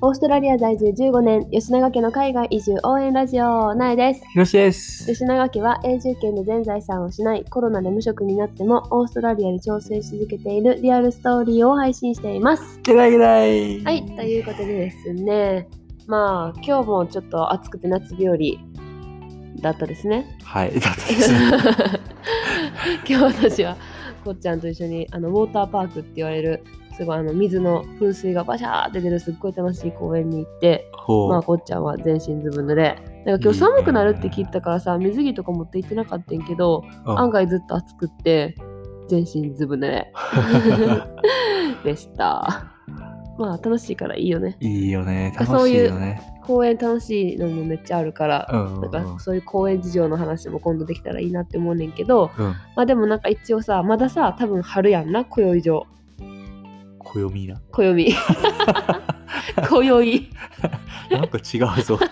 オーストラリア在住15年、吉永家の海外移住応援ラジオ、なえです。ひろしです。吉永家は永住権で全財産を失い、コロナで無職になっても、オーストラリアで挑戦し続けているリアルストーリーを配信しています。ゲラゲラはい、ということでですね、まあ、今日もちょっと暑くて夏日和だったですね。 はい。だってですね今日私はこっちゃんと一緒にあのウォーターパークって言われるすごいあの水の噴水がバシャーって出るすっごい楽しい公園に行って、ほ う。まあ、こっちゃんは全身ずぶ濡れなんか今日寒くなるって聞いたからさ水着とか持って行ってなかったんやけどうん案外ずっと暑くって全身ずぶ濡れでしたまあ楽しいからいいよねいいよね。あ楽しいよね。公園楽しいのもめっちゃあるから、うんうんうなんんか。そういう公園事情の話も今度できたらいいなって思うねんけど、うん。まあでもなんか一応さまださ多分春やんな暦上暦な。暦 暦なんか違う ぞと。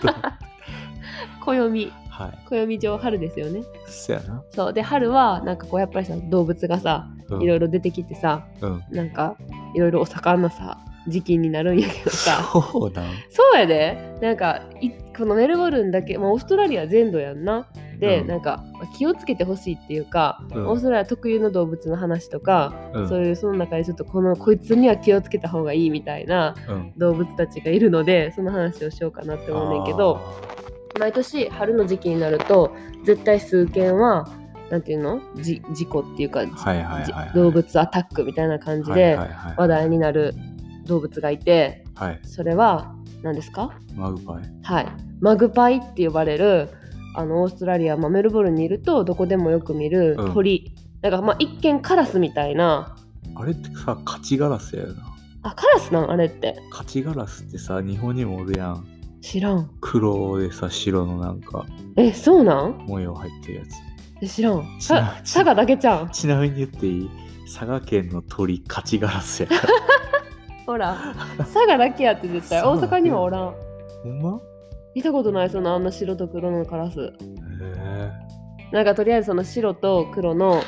暦はい。暦上春ですよねそやな。そうで春はなんかこうやっぱりさ動物がさうんいろいろ出てきてさうん。なんかいろいろお魚なさ時期になるんやけどさそうなん。そうやでなんかいこのメルボルンだけ、まあ、オーストラリア全土やんなで、うんなんかまあ気をつけてほしいっていうか、うんオーストラリア特有の動物の話とか、うんそういうその中でちょっとこのこいつには気をつけた方がいいみたいなうん。動物たちがいるのでその話をしようかなって思うねんけど毎年春の時期になると絶対数件はなんていうのじ事故っていうか、あー。はいはいはいじはい。動物アタックみたいな感じはいではいはい話題になる動物がいてはい。それは何ですかマグパイ。はい、マグパイって呼ばれるあのオーストラリア、まあ、メルボルンにいるとどこでもよく見るうん鳥、なんかまあ一見カラスみたいなあれってさ、カチガラスやよな。あカラスなんあれってカチガラスってさ、日本にもおるやん。知らん黒でさ、白のなんかえそうなん模様入ってるやつ。え知らん知らんさ佐賀だけちゃうんちなみに言っていい佐賀県の鳥カチガラスや ほら佐賀だけやって絶対大佐賀だけ阪にはおらんほんま見たことないそのあんな白と黒のカラスへなんかとりあえずその白と黒の、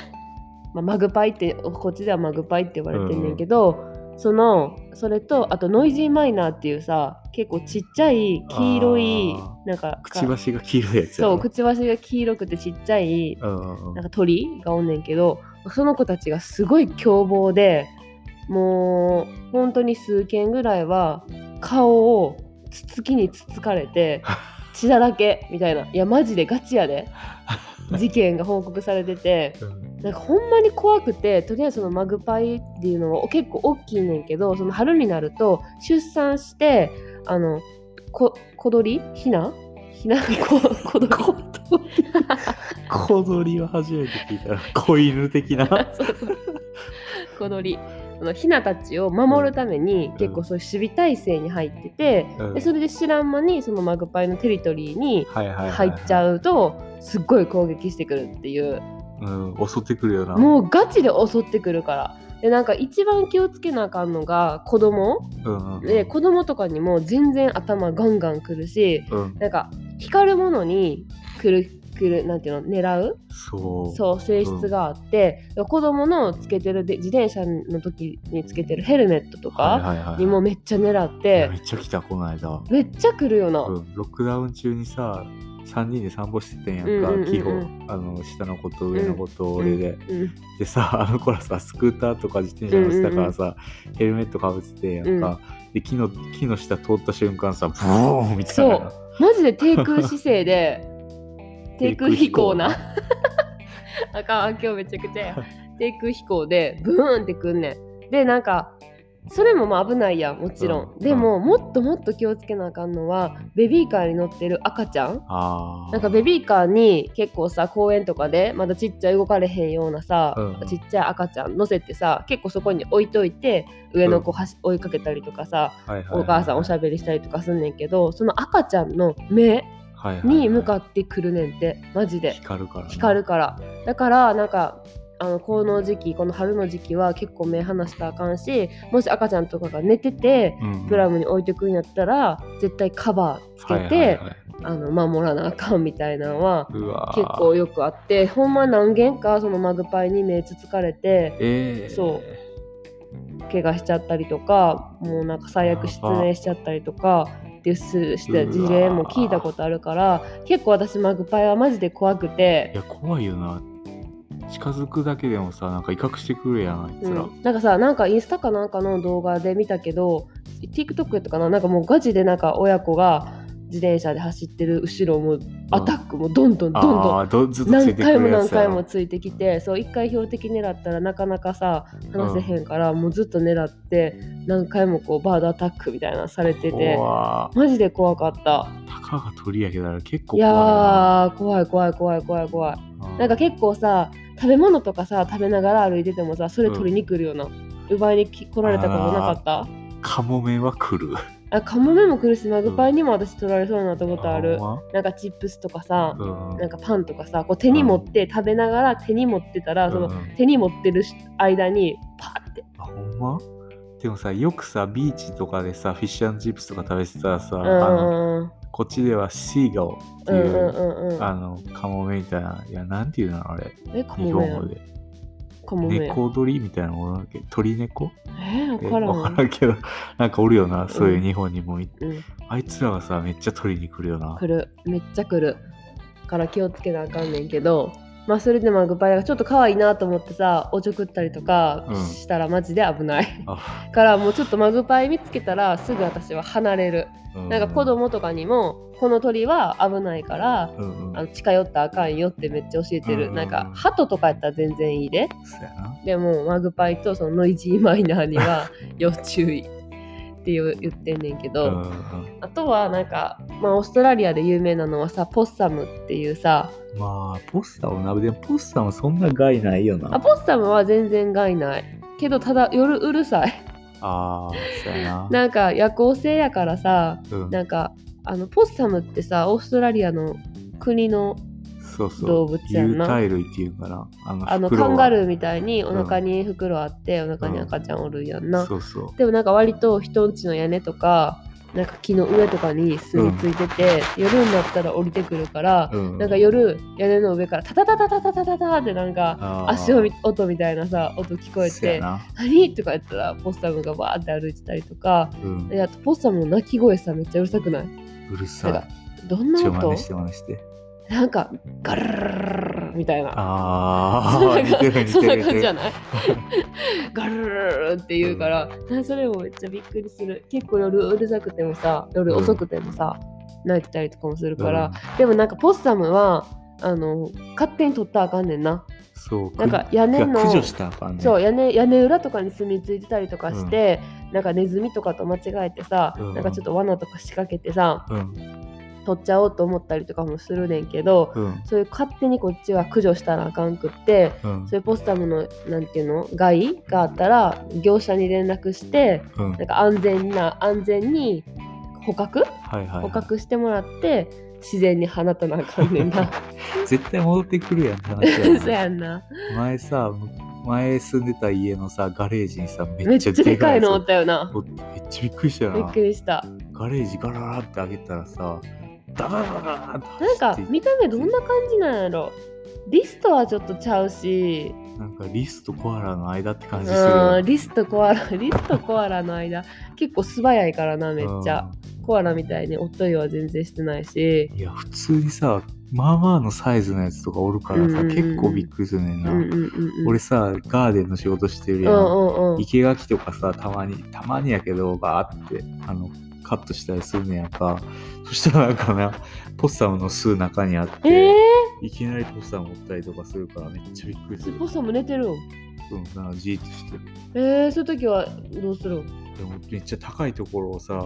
まあ、マグパイってこっちではマグパイって言われてんねんけど、そのそれとあとノイジーマイナーっていうさ結構ちっちゃい黄色いあなんかくちばしが黄色いやつやそうくくちばしが黄色くてちっちゃいうんうんうんなんか鳥がおんねんけどその子たちがすごい凶暴でもう本当に数件ぐらいは顔をつつきにつつかれて血だらけみたいないやマジでガチやで事件が報告されててうんなんかほんまに怖くてとりあえずそのマグパイっていうのは結構大きいねんけどその春になると出産してあのこ小鳥ヒナヒナこ小鳥小鳥は初めて聞いたら子犬的なそうそう小鳥あのヒナたちを守るためにん結構そういう守備体制に入ってて、うんでそれで知らん間にそのマグパイのテリトリーにはいはいはい、入っちう、ゃうとすっごい攻撃してくるっていううん、襲ってくるよなもうガチで襲ってくるからでなんか一番気をつけなあかんのが子供うんうんうんで子供とかにも全然頭ガンガンくるしうん、なんか光るものにくるくるなんていうの狙うそうそう性質があって、子供のつけてるで自転車の時につけてるヘルメットとかはいはいはいにもめっちゃ狙っいやてめっちゃ来たこの間、めっちゃ来るよな、うん、ロックダウン中にさ3人で散歩しててんやんうか、んうんうんうん基本あの下の子と上の子とうん俺で、うんでさあの子らさスクーターとか自転車乗せたからさ、ヘルメットかぶっててやんか、で木の木の下通った瞬間さブーンみたいなマジで低空姿勢 で低空飛行な あかん今日めちゃくちゃや低空飛行でブーンってくんねんでなんかそれもまあ危ないやんもちろん、うんでももっともっと気をつけなあかんのはベビーカーに乗ってる赤ちゃんあーなんかベビーカーに結構さ公園とかでまだちっちゃい動かれへんようなさ、うんうんちっちゃい赤ちゃん乗せてさ結構そこに置いといて上の子はし追いかけたりとかさ、はいはいはいお母さんおしゃべりしたりとかすんねんけどその赤ちゃんの目はいはいはいに向かってくるねんってマジで光るからな光るからだからなんかあのこの時期この春の時期は結構目離したらあかんしもし赤ちゃんとかが寝ててうんうんプラムに置いてくんやったら絶対カバーつけて、はいはいはいあの守らなあかんみたいなのはうわー結構よくあってほんま何軒かそのマグパイに目つつかれてえー、そう怪我しちゃったりとかもうなんか最悪失明しちゃったりとかっていうすして事例も聞いたことあるから結構私マグパイはマジで怖くいて、や怖いよな近づくだけでもさなんか威嚇してくるやんあいつうら、ん、なんかさなんかインスタかなんかの動画で見たけど TikTok とかななんかもうガチでなんか親子が自転車で走ってる後ろもアタックもどんどんどんどんああどずっとつ何いて回くもるや何つや回ろもついてきてそう一回標的狙ったらなかなかさ話せへんから、もうずっと狙って何回もこうバードアタックみたいなのされてて怖マジで怖かったたかが鳥やけどあれ結構い怖いなやー怖い怖い怖い怖い怖いうんなんか結構さ食べ物とかさ食べながら歩いててもさそれ取りに来るような、奪いに来来られたことなかったカモメは来るあカモメも来るしマグパイにも私取られそうになったことある、ほんなんかチップスとかさ、まうんなんかパンとかさこう手に持って食べながら手に持ってたら、そのうん手に持ってる間にパーってあほんまでもさよくさビーチとかでさフィッシュチップスとか食べてたらさ、うあのんうんこっちではシーガオってういんう、うんうんあのカモメみたいないやなんていうのあれえカ日モ本メ語でカモメ猫鳥みたいなのおらんけ鳥猫えわえからわんからんけど なんかおるよなそういううん日本にもいうんあいつらがさめっちゃ取りに来るよな来るめっちゃ来るから気をつけなあかんねんけどまあそれでマグパイがちょっと可愛いなと思ってさおちょくったりとかうんしたらマジで危ない、 あからもうちょっとマグパイ見つけたらすぐ私は離れる、うんなんか子供とかにもこの鳥は危ないからうんうんあの近寄ったらあかんよってめっちゃ教えてる、うんなんか鳩とかやったら全然いいでそうやなでもマグパイとそのノイジーマイナーには要注意っていう言ってんねんけど、うんうんあとはなんか、まあ、オーストラリアで有名なのはさポッサムっていうさまあポスターをなでもポスターもそんな害ないよあなポッサムは全然害ないけどただ夜うるさいあーそうやななんか夜行性やからさうんなんかあのポッサムってさオーストラリアの国のそうそう動物やんな有袋類っていうからあのあの袋カはンガルーみたいにお腹に袋あって、お腹に赤ちゃんおるやんな、そうそうでもなんか割と人んちの屋根とかなんか木の上とかに住み着いてて、夜になったら降りてくるから、うんなんか夜屋根の上からタタタタタタタタタってなんかあー足音み音みたいなさ音聞こえそうやてな「何?」とか言ったらポッサムがバーって歩いてたりとかうんであとポッサムの鳴き声さめっちゃうるさくないうるさなんいどんなちょ真音似して真似してなんかガルルルルルルみたいな。あ そあんな似てる似そんてなる似感じじてゃる ないガルルルルルって言うから、それもめっちゃびっくりする結構夜うるさくてもさ夜遅くてもさ、泣いてたりとかもするから、でもなんかポッサムはあの勝手に取ったらあかんねんなそうなんか屋根の駆除したらあかんねそう屋根屋根裏とかに住み着いてたりとかして、なんかネズミとかと間違えてさ、うんなんかちょっと罠とか仕掛けてさうん取っちゃおうと思ったりとかもするねんけど、うんそういう勝手にこっちは駆除したらあかんくってうんそういうポッサムのなんていうの害があったら業者に連絡してうんなんか安全な安全に捕獲はいはい捕は獲してもらって自然に放たなあかんねん な。い絶対戻ってくるやんって話やな そうやんな。前さ前住んでた家のさガレージにさめめっっちちゃゃででかかいいのさおったよな。おってめっちゃびっくりしたよびっなくりした。ガレージガラガラって開けたらさダラダラダラって走なんかってい見た目どんな感じなんやろリスとはちょっとちゃうし、なんかリスとコアラの間って感じするようん、リスとコアラ、 リスとコアラの間、結構素早いからな、めっちゃ。コアラみたいにおっとりは全然してないしう、んいや普通にさまあまあのサイズのやつとかおるからうさ、んうんうん結構びっくりするねうんんな、うんうんうん。俺さガーデンの仕事してるうんやん、うんうん。生垣とかさたまにたまにやけどバーってあのカットしたりするねんやんかそしたらなんかなポッサムの巣中にあって、えいきなりポッサムおったりとかするからめっちゃびっくりすー、るポッサム寝てるんうんなんかじーっとしてるえー、そういう時はどうするんでもめっちゃ高いところをさ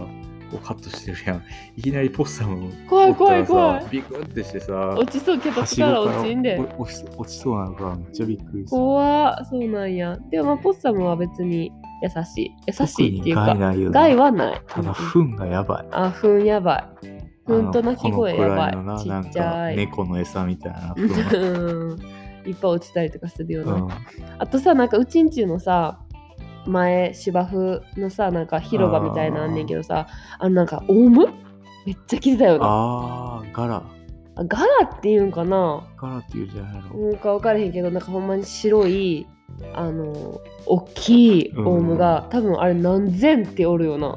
こうカットしてるやん いきなりポッサム怖い怖いお怖ったらさい。ビクってしてさ落ちそう、けど走る力落ちんで。落ち落ちそうなのからめっちゃびっくりする怖っそうなんやでもまあポッサムは別に優しい優しいっていう特に害かないよね害はないただうん糞がやばいあふんやばいふんとあの鳴き声こやのくばらいのないちなんっちかゃい猫の餌みたいなう糞がんいっぱい落ちたりとかするような、 うんあとさなんかうちんちのさ前芝生のさなんか広場みたいなのあんねんけどさあのなんかオウムめっちゃ聞いたよなあーガラあガラっていうんかなガラって言うじゃないのなんか分からへんけどなんかほんまに白いあの大きいオウムが、多分あれ何千っておるよな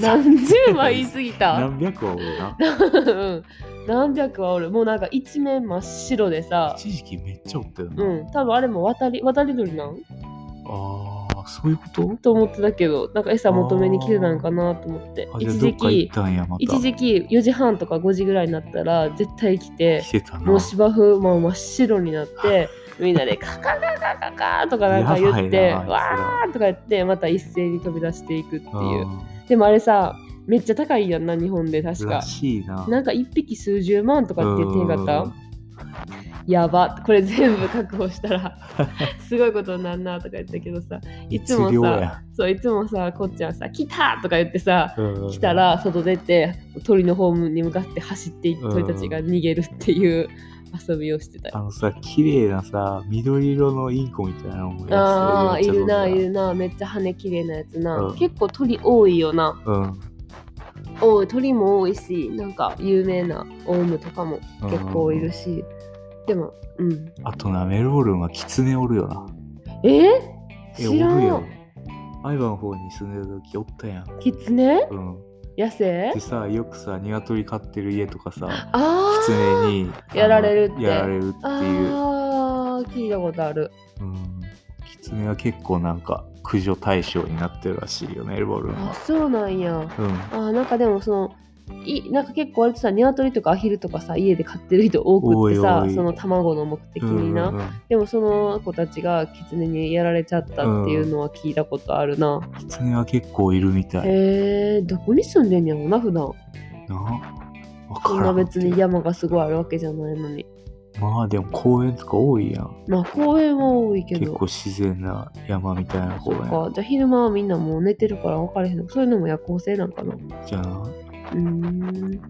何十は言い過ぎた何百はおるな うん何百はおるもうなんか一面真っ白でさ一時期めっちゃおったよな、うん多分あれも渡り渡り鳥なんああそういうことと思ってたけどなんか餌求めに来てたんかなと思ってあじゃあ一どっ時か行期ったんやまた一時期4時半とか5時ぐらいになったら絶対来て来てたなもう芝生もう真っ白になってみんなでカカカカカカとかなんか言ってやばいなあいつらわーとか言ってまた一斉に飛び出していくってあいうでもあれさめっちゃ高いやんな日本で確ーからしいななんか1匹数十万とかって言ってなかったうんやばこれ全部確保したらすごいことになんなとか言ったけどさいつも密漁さやそういつもさこっちはさ「来た!」とか言ってさうん来たら外出て鳥のホームに向かって走っていっうん鳥たちが逃げるっていう遊びをしてたあのさ綺麗なさ緑色のインコみたいなのもあーいやつるないめっちゃ飛んでるなめっちゃ羽綺麗なやつな、うん結構鳥多いよなたうん多い鳥も多いしなんか有名なオウムとかもうん結構いるし、でもうんあとなメルボルンはキツネおるよなえー、え知らおるんよアイバの方に住んでた時おったやんキツネうん野生でさよくさ鶏飼ってる家とかさああキツネにあのやられるってやられるっていう、あー聞いたことあるうん、キツネは結構なんか駆除対象になってるらしいよメルボルンあはそうなんやうんあーなんかでもそのいなんか結構割とさ鶏とかアヒルとかさ家で飼ってる人多くってさ多い多いその卵の目的にな、うんうんうんでもその子たちが狐にやられちゃったっていうのは聞いたことあるな、キツネは結構いるみたいへえどこに住んでんやろな普段なわそかんならんけど別に山がすごいあるわけじゃないのにまあでも公園とか多いやんまあ公園は多いけ結ど構自然な山みたいな公そっ園かじゃあ昼間はみんなもう寝てるから分からへんそういうのも夜行性なんかなうじゃあーん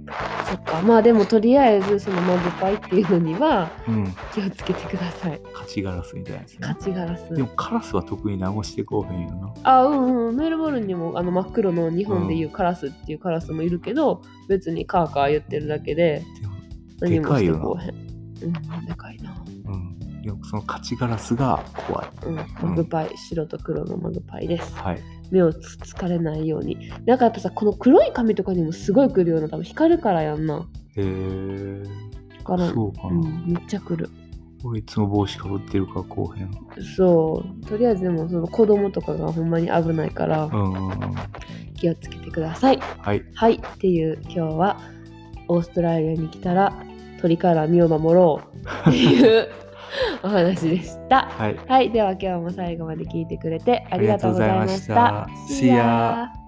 そっかまあでもとりあえずそのマグパイっていうのにはうん気をつけてくださいカチガラスみたいなやつカねチガラスでもカラスは特に何もしてこうへんよなあうんうんメルボルンにもあの真っ黒の日本でいうカラスっていうカラスもいるけど、別にカーカー言ってるだけででも何もしてこうへんうんでかいなうんでもそのカチガラスが怖いうん、マグパイ、白と黒のマグパイですはい目をつつかれないようになんかやっぱさこの黒い髪とかにもすごいくるような多分光るからやんなへえだからそうかな、ん、めっちゃくる俺いつも帽子かぶってるからこうへんそうとりあえずでもその子供とかがほんまに危ないからうんうんうん気をつけてくださいはいはいっていう今日はオーストラリアに来たら鳥から身を守ろうっていうお話でした。はいはい、では今日も最後まで聞いてくれてありがとうございました。ありがとうございました See ya.